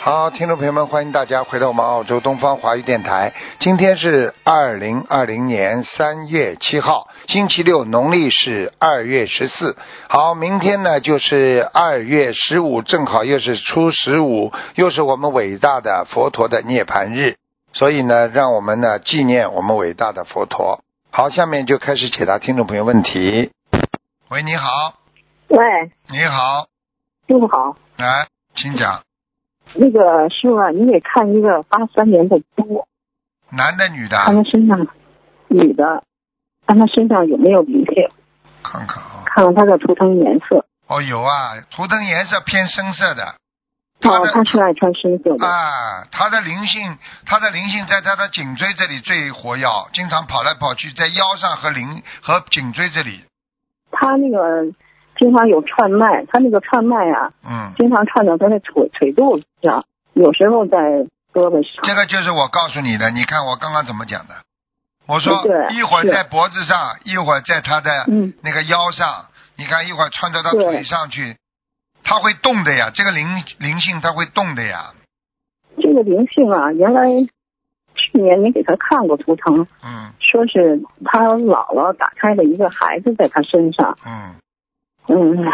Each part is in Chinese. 好，听众朋友们，欢迎大家回到我们澳洲东方华语电台。今天是二零二零年三月七号，星期六，农历是二月十四。好，明天呢就是二月十五，正好又是初十五，又是我们伟大的佛陀的涅槃日，所以呢，让我们呢纪念我们伟大的佛陀。好，下面就开始解答听众朋友问题。喂，你好，喂，你好，师傅好，来，请讲，那个师傅啊，你给看一个八三年的啊猪，男的女的啊？看他身上，女的，看他身上有没有灵性，看看啊、看看他的图腾颜色。哦，有啊，图腾颜色偏深色的。它哦，的他是爱穿深色的。啊，它的灵性，它的灵性在它的颈椎这里最活跃，经常跑来跑去，在腰上和灵和颈椎这里。他那个经常有串脉，他那个串脉啊，嗯，经常串到他的腿腿肚子上，有时候在胳膊上。这个就是我告诉你的。你看我刚刚怎么讲的？我说对一会儿是在脖子上，一会儿在他的嗯，那个腰上，你看一会儿穿到他对腿上去，他会动的呀。这个灵灵性它会动的呀。这个灵性啊，原来去年你给他看过图腾，嗯说是他姥姥打开了一个孩子在他身上。嗯，嗯，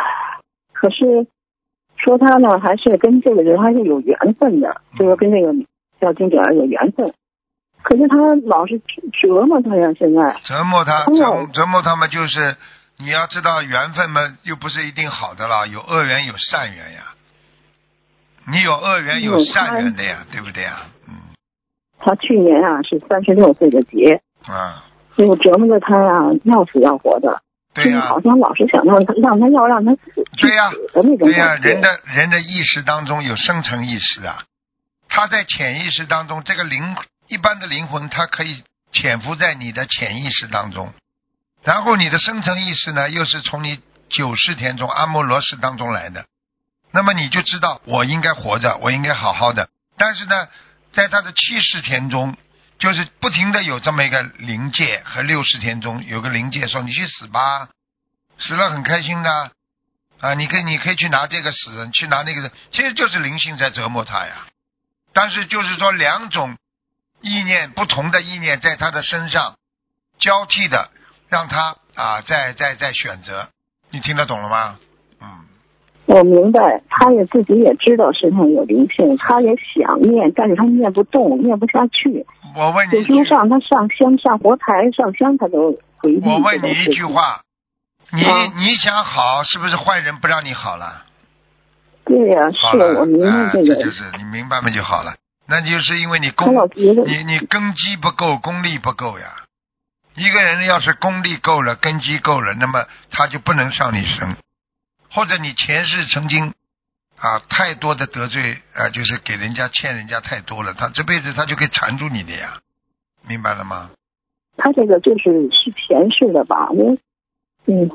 可是说他呢，还是跟这个人还是有缘分的，就说跟这个叫金姐儿有缘分。可是他老是折磨他呀，现在折磨他，哎折呦折磨他们就是，你要知道缘分嘛，又不是一定好的啦，有恶缘有善缘呀。你有恶缘有有善他缘的呀，对不对呀？嗯他去年啊是三十六岁的劫，啊，结果折磨的他呀、要死要活的，对呀、就是好像老是想让他让他要让他死对呀死的那种对呀、感觉。人的人的意识当中有深层意识啊，他在潜意识当中，这个灵一般的灵魂，它可以潜伏在你的潜意识当中，然后你的深层意识呢，又是从你九世田中阿摩罗氏当中来的，那么你就知道我应该活着，我应该好好的。但是呢，在他的七世田中，就是不停的有这么一个灵界和六十天中有个灵界说你去死吧，死了很开心的啊，你可以你可以去拿这个死，去拿那个死，其实就是灵性在折磨他呀。但是就是说两种意念不同的意念在他的身上交替的，让他啊在在在选择，你听得懂了吗？嗯，我明白，他也自己也知道身上有灵性，他也想念，但是他念不动，念不下去。我问你有一时候句，上他上香上佛台上香，他都回避。我问你一句，话，你啊你想好是不是坏人不让你好了？对呀、好是了，我明白哎这个就。是你明白嘛就好了。那就是因为你他功，老觉得你你根基不够，功力不够呀。一个人要是功力够了，根基够了，那么他就不能上你身，或者你前世曾经啊太多的得罪啊，就是给人家欠人家太多了，他这辈子他就可以缠住你的呀，明白了吗？他这个就是是前世的吧？我，嗯，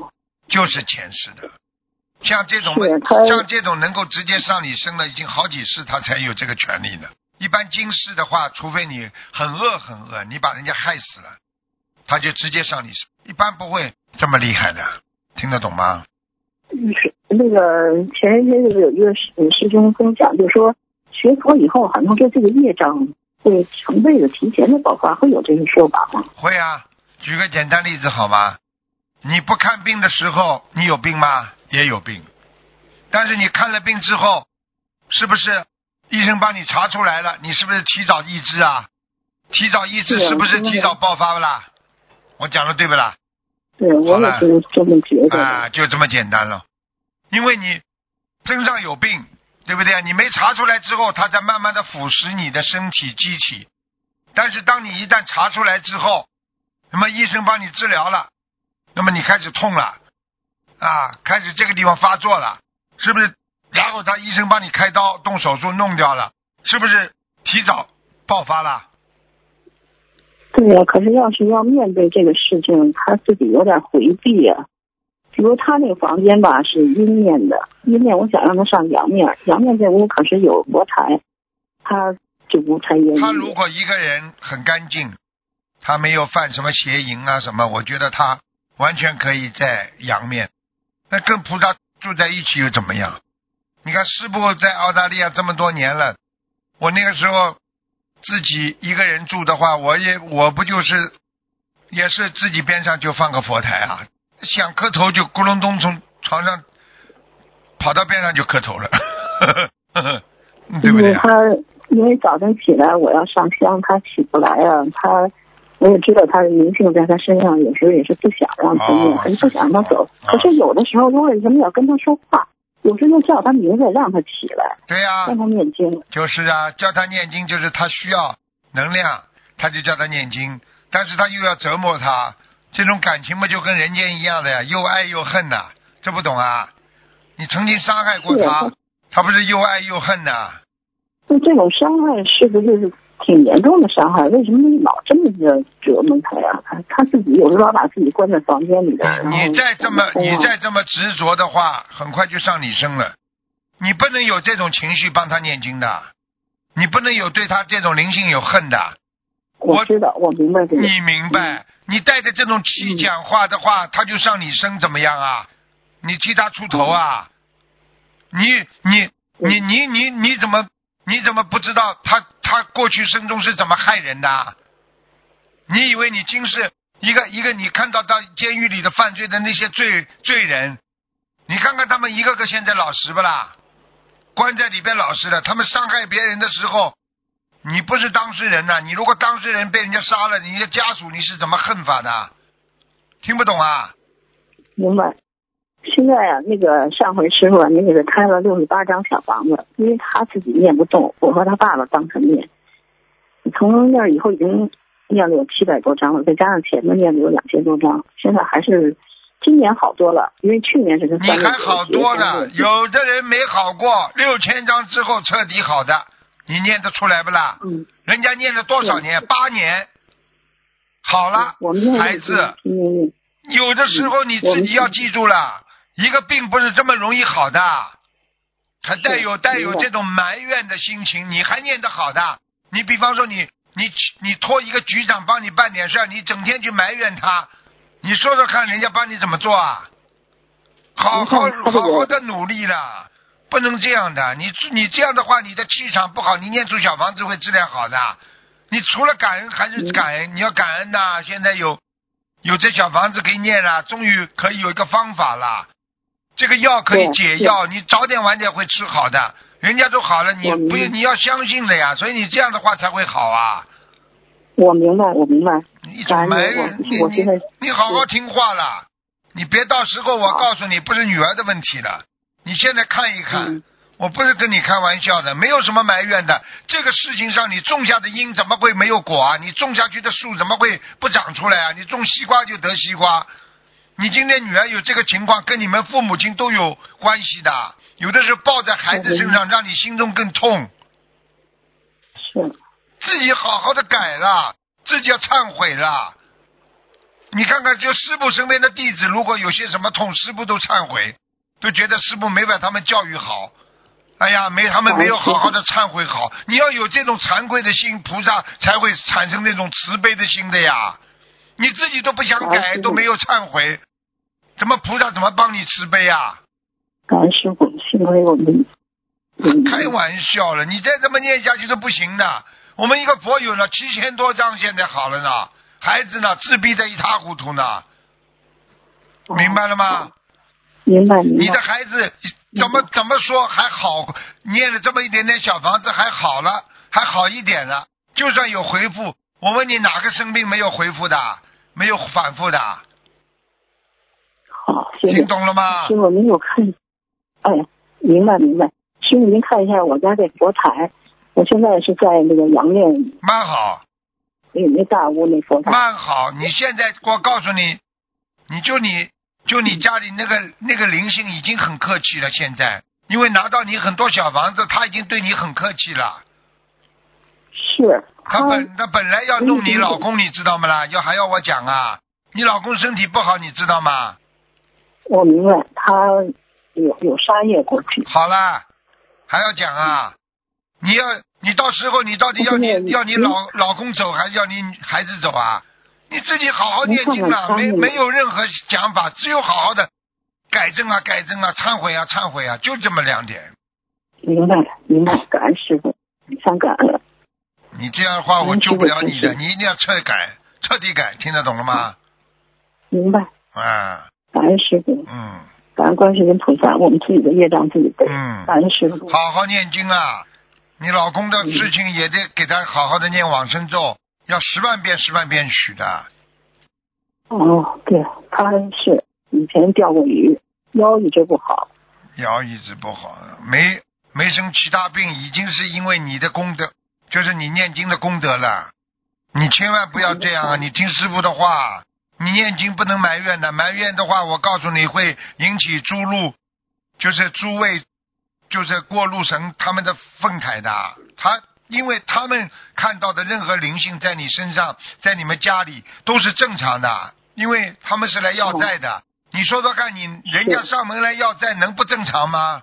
就是前世的，像这种问是他像这种能够直接上你身的，已经好几世他才有这个权利的。一般今世的话，除非你很恶很恶，你把人家害死了，他就直接上你身，一般不会这么厉害的，听得懂吗？嗯是那个前些日子有一个师嗯师兄跟我讲，就说学佛以后，好像说这个业障会成倍的提前的爆发，会有这种说法吗？会啊，举个简单例子好吗？你不看病的时候，你有病吗？也有病，但是你看了病之后，是不是医生帮你查出来了？你是不是提早抑制啊？提早抑制对啊是不是因为提早爆发不啦？我讲的对不啦？对，我也是这么觉得。啊，就这么简单了。因为你身上有病，对不对？你没查出来之后，它在慢慢的腐蚀你的身体机体。但是当你一旦查出来之后，那么医生帮你治疗了，那么你开始痛了，啊，开始这个地方发作了，是不是？然后他医生帮你开刀动手术弄掉了，是不是提早爆发了？对呀、可是要是要面对这个事情，他自己有点回避呀、比如他那个房间吧是阴面的，阴面我想让他上阳面，阳面这屋可是有佛台，他就不拆阴。他如果一个人很干净，他没有犯什么邪淫啊什么，我觉得他完全可以在阳面。那跟菩萨住在一起又怎么样？你看师傅在澳大利亚这么多年了，我那个时候自己一个人住的话，我也我不就是也是自己边上就放个佛台啊，想磕头就咕隆咚从床上跑到边上就磕头了， 对不对、啊？他因为早晨起来我要上香，他起不来啊，他。我也知道他的灵性在他身上，有时候也是不想让哦他念，可是不想让他走。可是有的时候，为什么要跟他说话？有时候叫他名字，让他起来，对啊呀、让他念经。就是啊，叫他念经就是他需要能量，他就叫他念经，但是他又要折磨他，这种感情嘛就跟人间一样的呀，又爱又恨呐、这不懂啊？你曾经伤害过是他他，他不是又爱又恨呐、那这种伤害是不是就是挺严重的伤害？为什么老这么的折磨他呀？他他自己有时候老把自己关在房间里头，然后你再这么哎呀你再这么执着的话，很快就上你身了。你不能有这种情绪帮他念经的，你不能有对他这种灵性有恨的。我知道，我明白这个。你明白？你带着这种气嗯讲话的话，他就上你身，怎么样啊？你替他出头啊？你你你你你你怎么你怎么不知道他他过去生中是怎么害人的啊？你以为你今世一个一个你看到到监狱里的犯罪的那些罪罪人，你看看他们一个个现在老实不啦？关在里边老实了，他们伤害别人的时候，你不是当事人呐、你如果当事人被人家杀了，你的家属你是怎么恨法的？听不懂啊？明白。现在啊，那个上回师傅啊，您给他开了六十八张小房子，因为他自己念不动，我和他爸爸帮他念。从那儿以后已经念了有七百多张了，再加上前面念了有两千多张，现在还是今年好多了，因为去年是跟你三还好多呢，有有的人没好过，六千张之后彻底好的，你念得出来不啦？嗯，人家念了多少年？八年，好了，我们嗯念孩子，今年念有的时候你我自们己要记住了，一个病不是这么容易好的，还带有是带有明白这种埋怨的心情，你还念得好的？你比方说你你你托一个局长帮你办点事儿，你整天去埋怨他，你说说看人家帮你怎么做啊？好好你看他这好个好的努力了，不能这样的。你你这样的话，你的气场不好，你念出小房子会质量好的。你除了感恩还是嗯感恩，你要感恩呐、现在有有这小房子可以念了，终于可以有一个方法了。这个药可以对解药，你早点晚点会吃好的。人家都好了，你我明不白你要相信的呀，所以你这样的话才会好啊。我明白，我明白，你一感种恩埋哎我怨，你我现在你你好好听话了，你别到时候我好告诉你不是女儿的问题了。你现在看一看，嗯我不是跟你开玩笑的，没有什么埋怨的。这个事情上，你种下的因怎么会没有果啊？你种下去的树怎么会不长出来啊？你种西瓜就得西瓜。你今天女儿有这个情况，跟你们父母亲都有关系的。有的是抱在孩子身上，让你心中更痛。是自己好好的改了，自己要忏悔了。你看看，就师傅身边的弟子，如果有些什么痛，师傅都忏悔，都觉得师傅没把他们教育好。哎呀，没他们没有好好的忏悔好。你要有这种惭愧的心，菩萨才会产生那种慈悲的心的呀。你自己都不想哎改，师父都没有忏悔，怎么菩萨怎么帮你慈悲啊？感恩师傅，幸亏我们。嗯 开玩笑了，你再这么念下去都不行的。我们一个佛友呢，七千多张现在好了呢，孩子呢自闭的一塌糊涂呢，明白了吗？明白哦明白。嗯你的孩子怎么怎么说还好，念了这么一点点小房子还好了，还好一点了。就算有回复，我问你哪个生病没有回复的，没有反复的，好，谢谢听。懂了吗？师傅，您给我看，哎，明白明白。师傅，您看一下我家这佛台，我现在是在那个阳面蛮好。有那大屋那佛台，慢好，你现在我告诉你，你就你就你家里那个那个灵性已经很客气了，现在因为拿到你很多小房子，他已经对你很客气了。是他哦本他本来要弄你嗯老公，你知道吗啦？要还要我讲啊？你老公身体不好，你知道吗？我明白，他有有沙业过去，好啦，还要讲啊？你要你到时候你到底要嗯我现在你要你嗯老老公走，还是要你孩子走啊？你自己好好念经我看了，看没嗯没有任何想法，只有好好的改正啊改正啊，忏悔啊忏悔啊，就这么两点。明白明白，感恩师傅。想感恩。你这样的话，我嗯救不了你的，是是是你一定要彻改，彻底改，听得懂了吗？明白，啊，感恩师傅，嗯感恩观世音菩萨，我们自己的业障自己背。嗯，感恩师傅，好好念经啊！你老公的事情也得给他好好的念往生咒，要十万遍十万遍许的。哦，对，他是以前钓过鱼，腰一直不好。腰一直不好，没没生其他病，已经是因为你的功德，就是你念经的功德了。你千万不要这样啊！你听师傅的话，你念经不能埋怨的，埋怨的话，我告诉你会引起诸路，就是诸位，就是过路神他们的愤慨的。他因为他们看到的任何灵性在你身上，在你们家里都是正常的，因为他们是来要债的。你说说看你，人家是上门来要债，能不正常吗？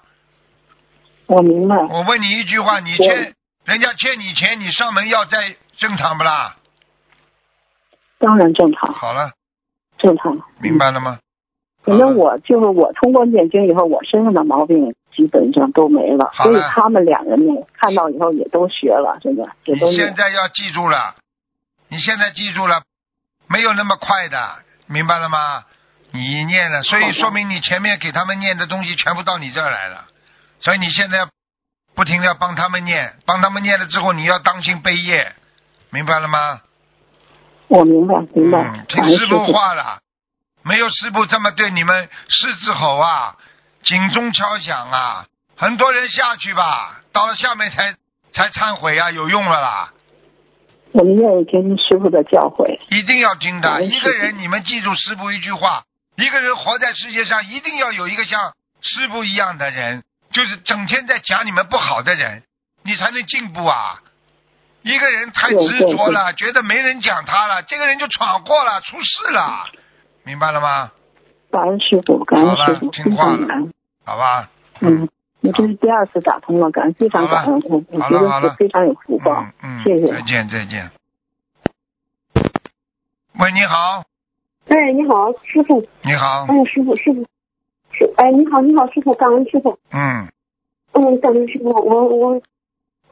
我明白，我问你一句话，你欠人家欠你钱，你上门要债，正常不啦？当然正常，好了，正常。明白了吗？反正好了我就是我通过念经以后，我身上的毛病基本上都没了，好了所以他们两个呢看到以后也都学了，真的也都你现念。在要记住了，你现在记住了，没有那么快的，明白了吗？你念了，所好以的说明你前面给他们念的东西全部到你这儿来了，所以你现在不停的要帮他们念，帮他们念了之后，你要当心背业，明白了吗？我明白，明白嗯，，感听恩师师傅傅，话了，没有师傅这么对你们狮子吼啊，警钟敲响啊，很多人下去吧，到了下面才才忏悔啊，有用了啦。我们愿意听师傅的教诲。一定要听的。嗯一个是的人，你们记住师傅一句话：一个人活在世界上，一定要有一个像师傅一样的人，就是整天在讲你们不好的人，你才能进步啊。一个人太对执对着了，觉得没人讲他了，这个人就闯祸了，出事了，明白了吗？感恩师傅，感恩好了师傅，听非话了常感恩。好吧。嗯，我这是第二次打通了，感恩非常感恩，嗯我我好觉了好得了是非常有福报。嗯嗯，谢谢再见再见。喂，你好，哎，你好，师傅。你好，哎，师傅，师傅，师，哎，你好，你好，师傅，感恩师傅。嗯嗯，感恩师傅，我我 我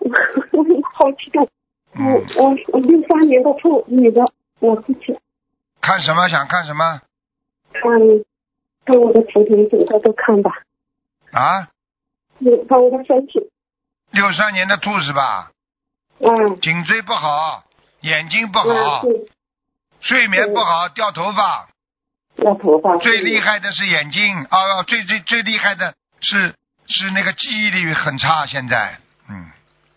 我好激动。嗯，我我我六三年的兔女的，我自己，看什么？想看什么？嗯，把我的图腾整个都看吧，啊？嗯，把我的身体，六三年的兔是吧？嗯，颈椎不好，眼睛不嗯，哦好，对，睡眠不好，掉头发。要头嗯发。最厉害。害的是眼睛啊，最最最厉害的是是那个记忆力很差。现在，嗯，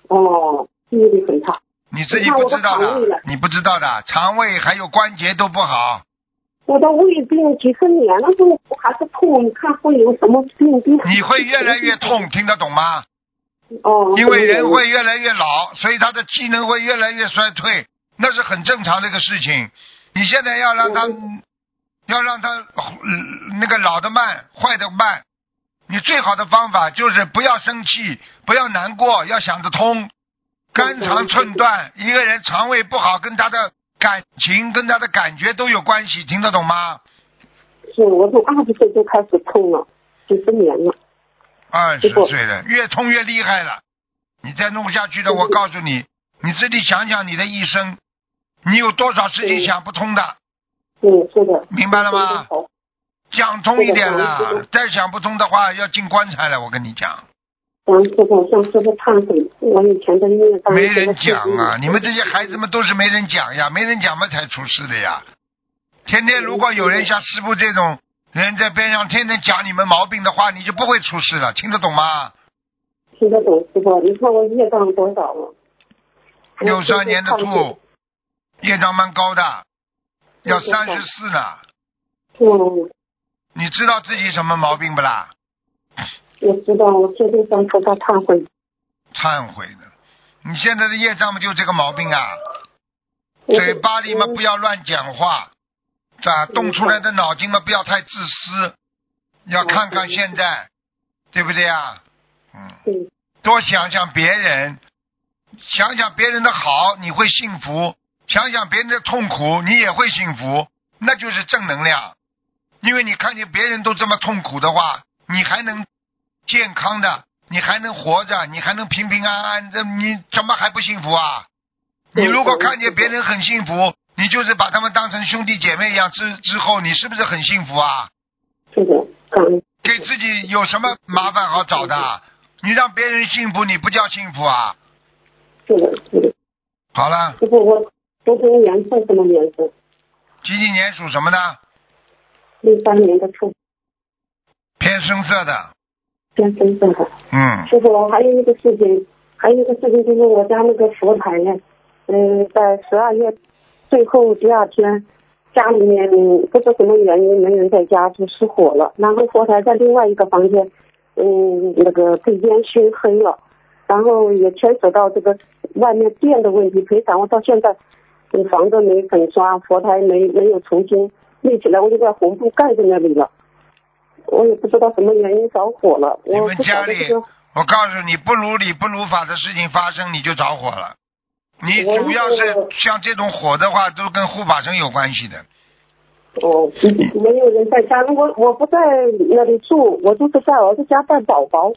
哦，记忆力很差。你自己不知道你看我的肠胃的了，你不知道的，肠胃还有关节都不好。我的胃病几十年了，都还是痛，你看会有什么病变？你会越来越痛，听得懂吗？哦，因为人会越来越老，所以他的机能会越来越衰退，那是很正常的一个事情。你现在要让他嗯，要让他呃那个老的慢，坏的慢。你最好的方法就是不要生气，不要难过，要想得通。肝肠寸断，一个人肠胃不好，跟他的感情、跟他的感觉都有关系，听得懂吗？是我从二十岁就开始痛了，几十年了。二十师傅岁了，越痛越厉害了。你再弄下去的，嗯我告诉你，你自己想想你的一生，你有多少事情嗯想不通的，嗯，是的。明白了吗？好想通一点对的对了的，再想不通的话要进棺材了。我跟你讲，然后这个像这个忏悔，我以前的那个没人讲啊，你们这些孩子们都是没人讲呀，没人讲嘛才出事的呀。天天如果有人像师傅这种人在边上天天讲你们毛病的话，你就不会出事了，听得懂吗？听得懂师傅？你看我业障多少了？六三年的兔，业障蛮高的，要对三对十四呢。嗯，你知道自己什么毛病不啦？我知道，我绝对向菩萨忏悔。忏悔的。你现在的业障不就这个毛病啊？我嘴巴里嘛不要乱讲话，啊，动出来的脑筋嘛不要太自私，要看看现在，对不对啊？嗯，对，多想想别人，想想别人的好，你会幸福；想想别人的痛苦，你也会幸福，那就是正能量。因为你看见别人都这么痛苦的话，你还能健康的，你还能活着，你还能平平安安，这你怎么还不幸福啊？你如果看见别人很幸福，你就是把他们当成兄弟姐妹一样，之之后你是不是很幸福啊？是的，感恩给自己有什么麻烦好找的？啊你让别人幸福，你不叫幸福啊？是的，是的。好了，师傅，我图腾颜色什么颜色？几几年属什么的？六三年的兔，偏深色的，偏深色的。嗯，师傅，还有一个事情，还有一个事情就是我家那个佛台呀，嗯、在十二月最后第二天，家里面不知什么原因没人在家就失火了，然后佛台在另外一个房间，嗯，那个被烟熏黑了，然后也牵扯到这个外面电的问题，赔偿我到现在，嗯房子没粉刷，佛台没没有重新立起来，我就在红布盖在那里了。我也不知道什么原因着火了，你我们不晓家得这里个，我告诉你，不如理不如法的事情发生，你就着火了。你我主要那是个像这种火的话，都跟护法神有关系的。哦，没有人在家。如果我不在那里住，我就是在儿子家带宝宝，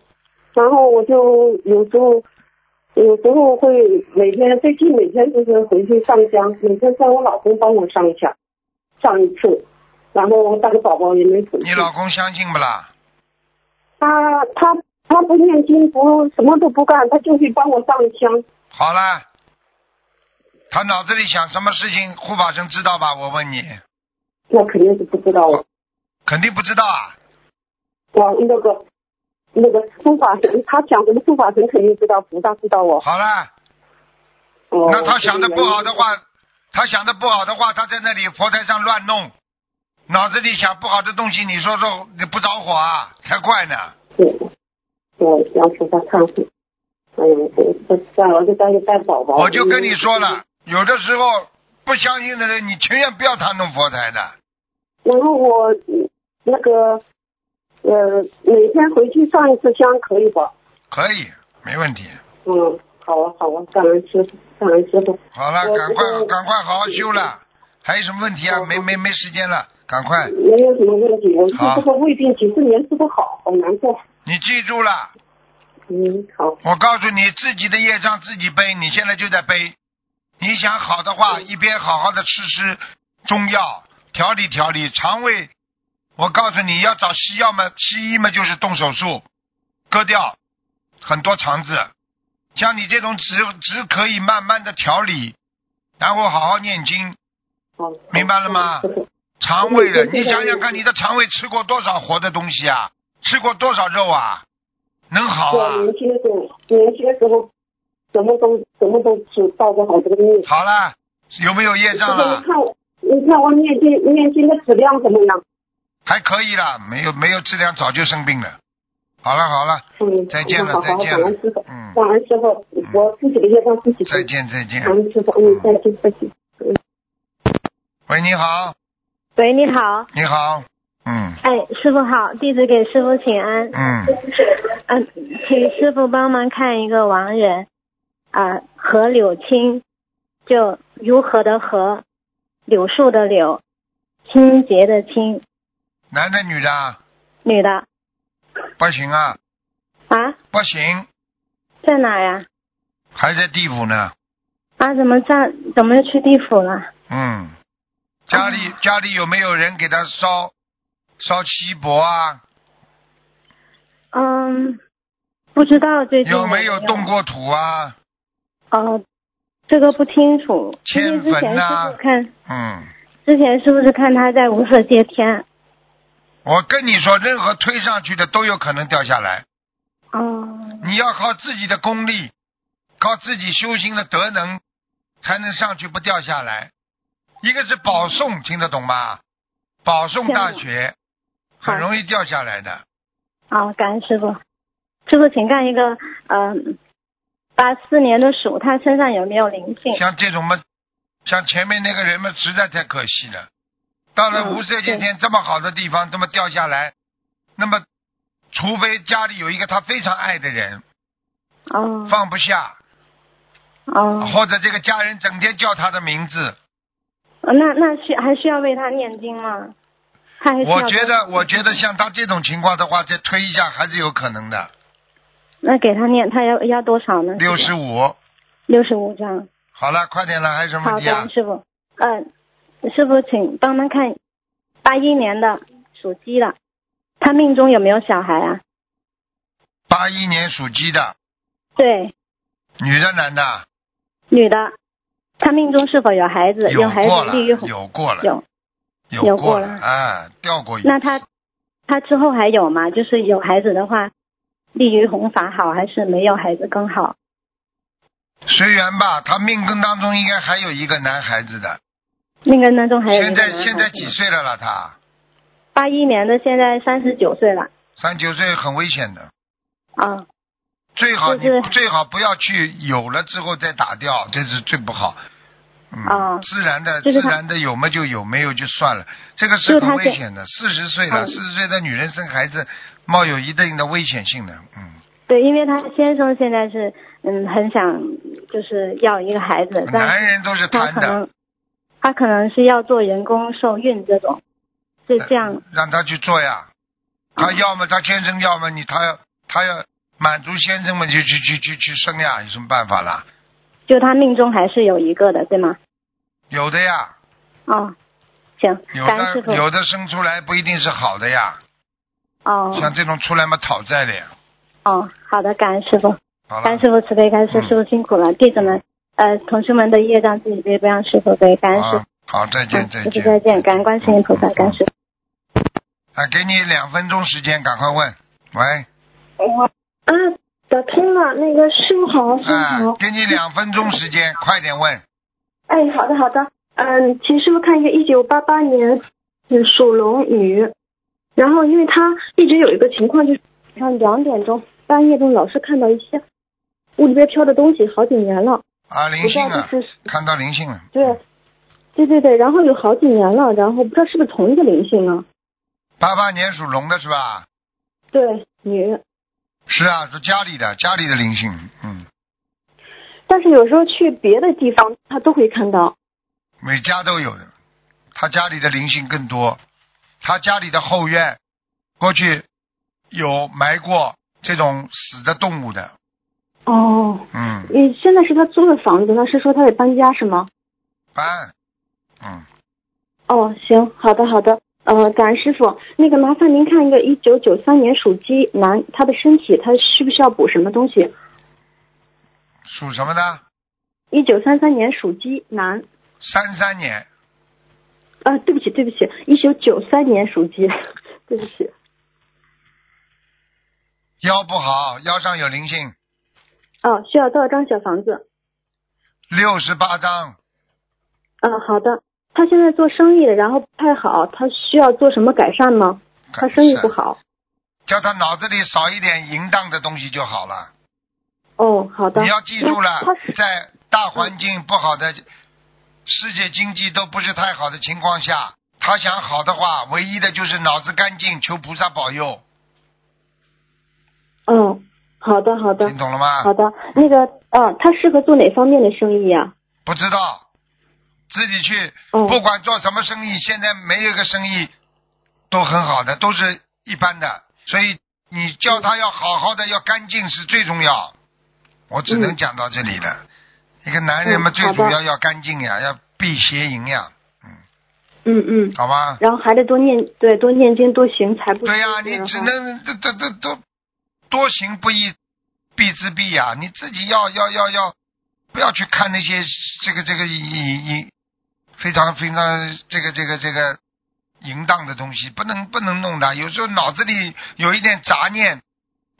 然后我就有时候，有时候会每天最近每天就是回去上香，每天叫我老公帮我上一下，上一次，然后带个宝宝也没回去你。老公相信不啦？他他他不念经，不什么都不干，他就去帮我上香。好啦，他脑子里想什么事情，护法神知道吧？我问你，那肯定是不知道我肯定不知道啊。我那个那个护法神，他讲什么护法神肯定知道，菩萨知道我。好啦，哦，那他想的不好的话，他想的不好的话，他在那里佛台上乱弄，脑子里想不好的东西，你说说你不着火啊，才怪呢。对，我要求他忏悔。哎呀，我我在儿子家里带宝宝。我就跟你说了，有的时候不相信的人，你情愿不要他弄佛台的。然后我嗯那个呃，每天回去上一次香可以吧？可以，没问题。嗯，好啊，好啊，感恩师傅，感恩师傅。好了，我赶快我赶快好好修了。还有什么问题啊？我嗯没没没时间了，赶快。没有什么问题，我就好这个胃病几十年治不好，好难过。你记住了，嗯，好，我告诉你，自己的业障自己背，你现在就在背。你想好的话，一边好好的吃吃中药，调理调理肠胃。我告诉你要找西药嘛，西医嘛就是动手术，割掉很多肠子。像你这种只只可以慢慢的调理，然后好好念经，好。明白了吗好？师傅肠胃的，嗯你想想看，你的肠胃吃过多少活的东西啊？吃过多少肉啊？能好啊？我年轻的时候，年轻的时候什么都什么都吃，照顾好这个命。好了，有没有业师傅，障啊了你？看我，你看我念经念经的质量怎么样？还可以啦，没有没有质量，早就生病了。好了好了，嗯，再见了好好再好，见感了恩师傅，嗯感恩师傅，我自己的业障自嗯己背再。见再见感。恩师傅，嗯，再见再见。嗯，喂，你好，喂，你好，你好，嗯哎，师傅好，弟子给师傅请安，嗯，嗯、请师傅帮忙看一个亡人，啊、何柳青，就如何的何，柳树的柳，清洁的清，男的女的啊？女的不行啊，啊，不行，在哪呀、还在地府呢。啊？怎么在怎么去地府了？嗯，家里嗯家里有没有人给他烧烧锡箔啊？嗯，不知道最近有没有有动？过土啊？哦、这个不清楚，因为迁之前坟呐师傅看，嗯，之前是不是看他在无色界天？我跟你说，任何推上去的都有可能掉下来。哦、你要靠自己的功力，靠自己修行的德能，才能上去不掉下来。一个是保送，听得懂吗？保送大学很容易掉下来的。啊，感恩师傅。师傅，请看一个，嗯、八四年的鼠，它身上有没有灵性？像这种嘛，像前面那个人们，实在太可惜了。到了嗯无色界天这么好的地方，这么掉下来，那么除非家里有一个他非常爱的人哦放不下，哦，或者这个家人整天叫他的名字，哦那那需还需要为他念经吗？他还需要我觉得，我觉得像他这种情况的话，再推一下还是有可能的。那给他念，他要要多少呢？六十五。六十五张。好了，快点了，还有什么好问题啊的，？师傅。嗯、师傅，请帮忙看八一年的属鸡的，他命中有没有小孩啊？八一年属鸡的，对，女的啊男的？女的，他命中是否有孩子？有孩过子了地狱，有过了，有。有有过过了了啊，掉过一次。那他他之后还有吗？就是有孩子的话，利于弘法好，还是没有孩子更好？随缘吧，他命根当中应该还有一个男孩子的。那个那中还有现在现在几岁了啦？他八一年的，现在三十九岁了三九岁很危险的，啊。最好你就是最好不要去有了之后再打掉，这是最不好。嗯，哦自然的就自是他然的有嘛就有，没有就算了，这个是就是很他危现险的。四十岁了，嗯四十岁的女人生孩子，冒有一定的危险性的。嗯，对，因为他先生现在是嗯很想就是要一个孩子，但男人都是他贪可的，能他可能是要做人工受孕这种，是这样。啊让他去做呀。呃他要么他先生要么你他要他要满足先生嘛，就去去去去生呀，有什么办法啦？就他命中还是有一个的，对吗？有的呀，哦，行，有感恩师傅的。有的生出来不一定是好的呀，哦像这种出来嘛讨债的呀。哦，好的，感恩师傅。好了感恩，师傅慈悲，感恩师嗯师傅辛苦了，弟子们，呃，同学们的业障自己背，不让师傅背，感恩师好，啊好，再傅，见，嗯再师见，傅再见，感恩观世音菩萨，感恩师傅。啊，给你两分钟时间，赶快问。喂，啊，打通了，那个师傅好，师啊嗯傅好，。给你两分钟时间，快点问。哎，好的好的，嗯，请师傅看一个一九八八年，嗯，属龙女，然后因为她一直有一个情况，就是晚上两点钟半夜中老是看到一些屋里边飘的东西，好几年了，啊，不灵知性道啊，这是看到灵性了。对，对对对，然后有好几年了，然后不知道是不是同一个灵性啊？八八年属龙的是吧？对，女，是啊，是家里的，家里的灵性，嗯，但是有时候去别的地方，她都会看到。每家都有的。他家里的灵性更多，他家里的后院过去有埋过这种死的动物的，哦，嗯，你现在是她租的房子，那是说她得搬家是吗？搬，嗯，哦，行，好的，好的。呃，感恩师傅，那个麻烦您看一个一九九三年属鸡男，他的身体他需不需要补什么东西？属什么呢？一九三三年属鸡男，三三年，啊，对不起，对不起，一九九三年属鸡， 对不起。腰不好，腰上有灵性，哦，需要多少张小房子？六十八张，啊，好的。他现在做生意的，然后不太好，他需要做什么改善吗？他生意不好。叫他脑子里少一点淫荡的东西就好了。哦，好的。你要记住了那他是，在大环境不好的、世界经济都不是太好的情况下，他想好的话，唯一的就是脑子干净，求菩萨保佑，嗯，好的，好的听，懂了吗？好的。那个，啊，他适合做哪方面的生意啊呀、不知道，自己去，嗯不管做什么生意，现在没有一个生意都很好的，都是一般的，所以你叫他要好好的，要干净是最重要。我只能嗯讲到这里了。一个男人嘛，嗯最好的主要要干净呀，要避邪淫呀，嗯嗯。好吧？然后还得多念，对，多念经，多行才不对呀、这样你只哈能这这这都多行不义必自毙呀、你自己要要要要，不要去看那些这个这个淫淫非常非常这个这个这个淫荡的东西，不能不能弄的。有时候脑子里有一点杂念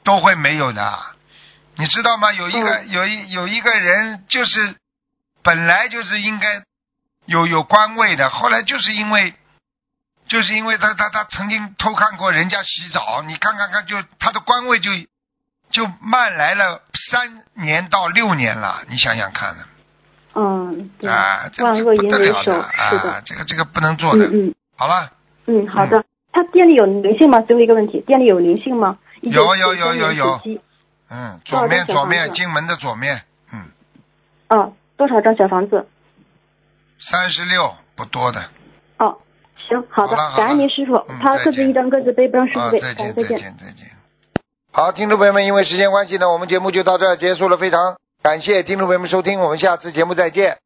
都会没有的，你知道吗？有一个、嗯有一有一个人就是本来就是应该有有官位的，后来就是因为就是因为他他他曾经偷看过人家洗澡，你看看看就，他的官位就就慢来了三年到六年了，你想想看呢？嗯，对，啊，这万个恶不淫得为了首，的是啊的，，这个这个不能做的。嗯嗯好了，嗯，好的。他店里有灵性吗？最后一个问题，店里有灵性吗？有有有有有1993年属鸡嗯，多左面少哦张小左房面，子进门的左面，嗯，嗯，多少张小房子？三十六不多的。哦，行，好好的了好了，感恩您师傅嗯，他再各自见一张，各自背，不让师啊傅，背，再感见恩再再见。见再见。好，听众朋友们，因为时间关系呢，我们节目就到这儿结束了。非常感谢听众朋友们收听，我们下次节目再见。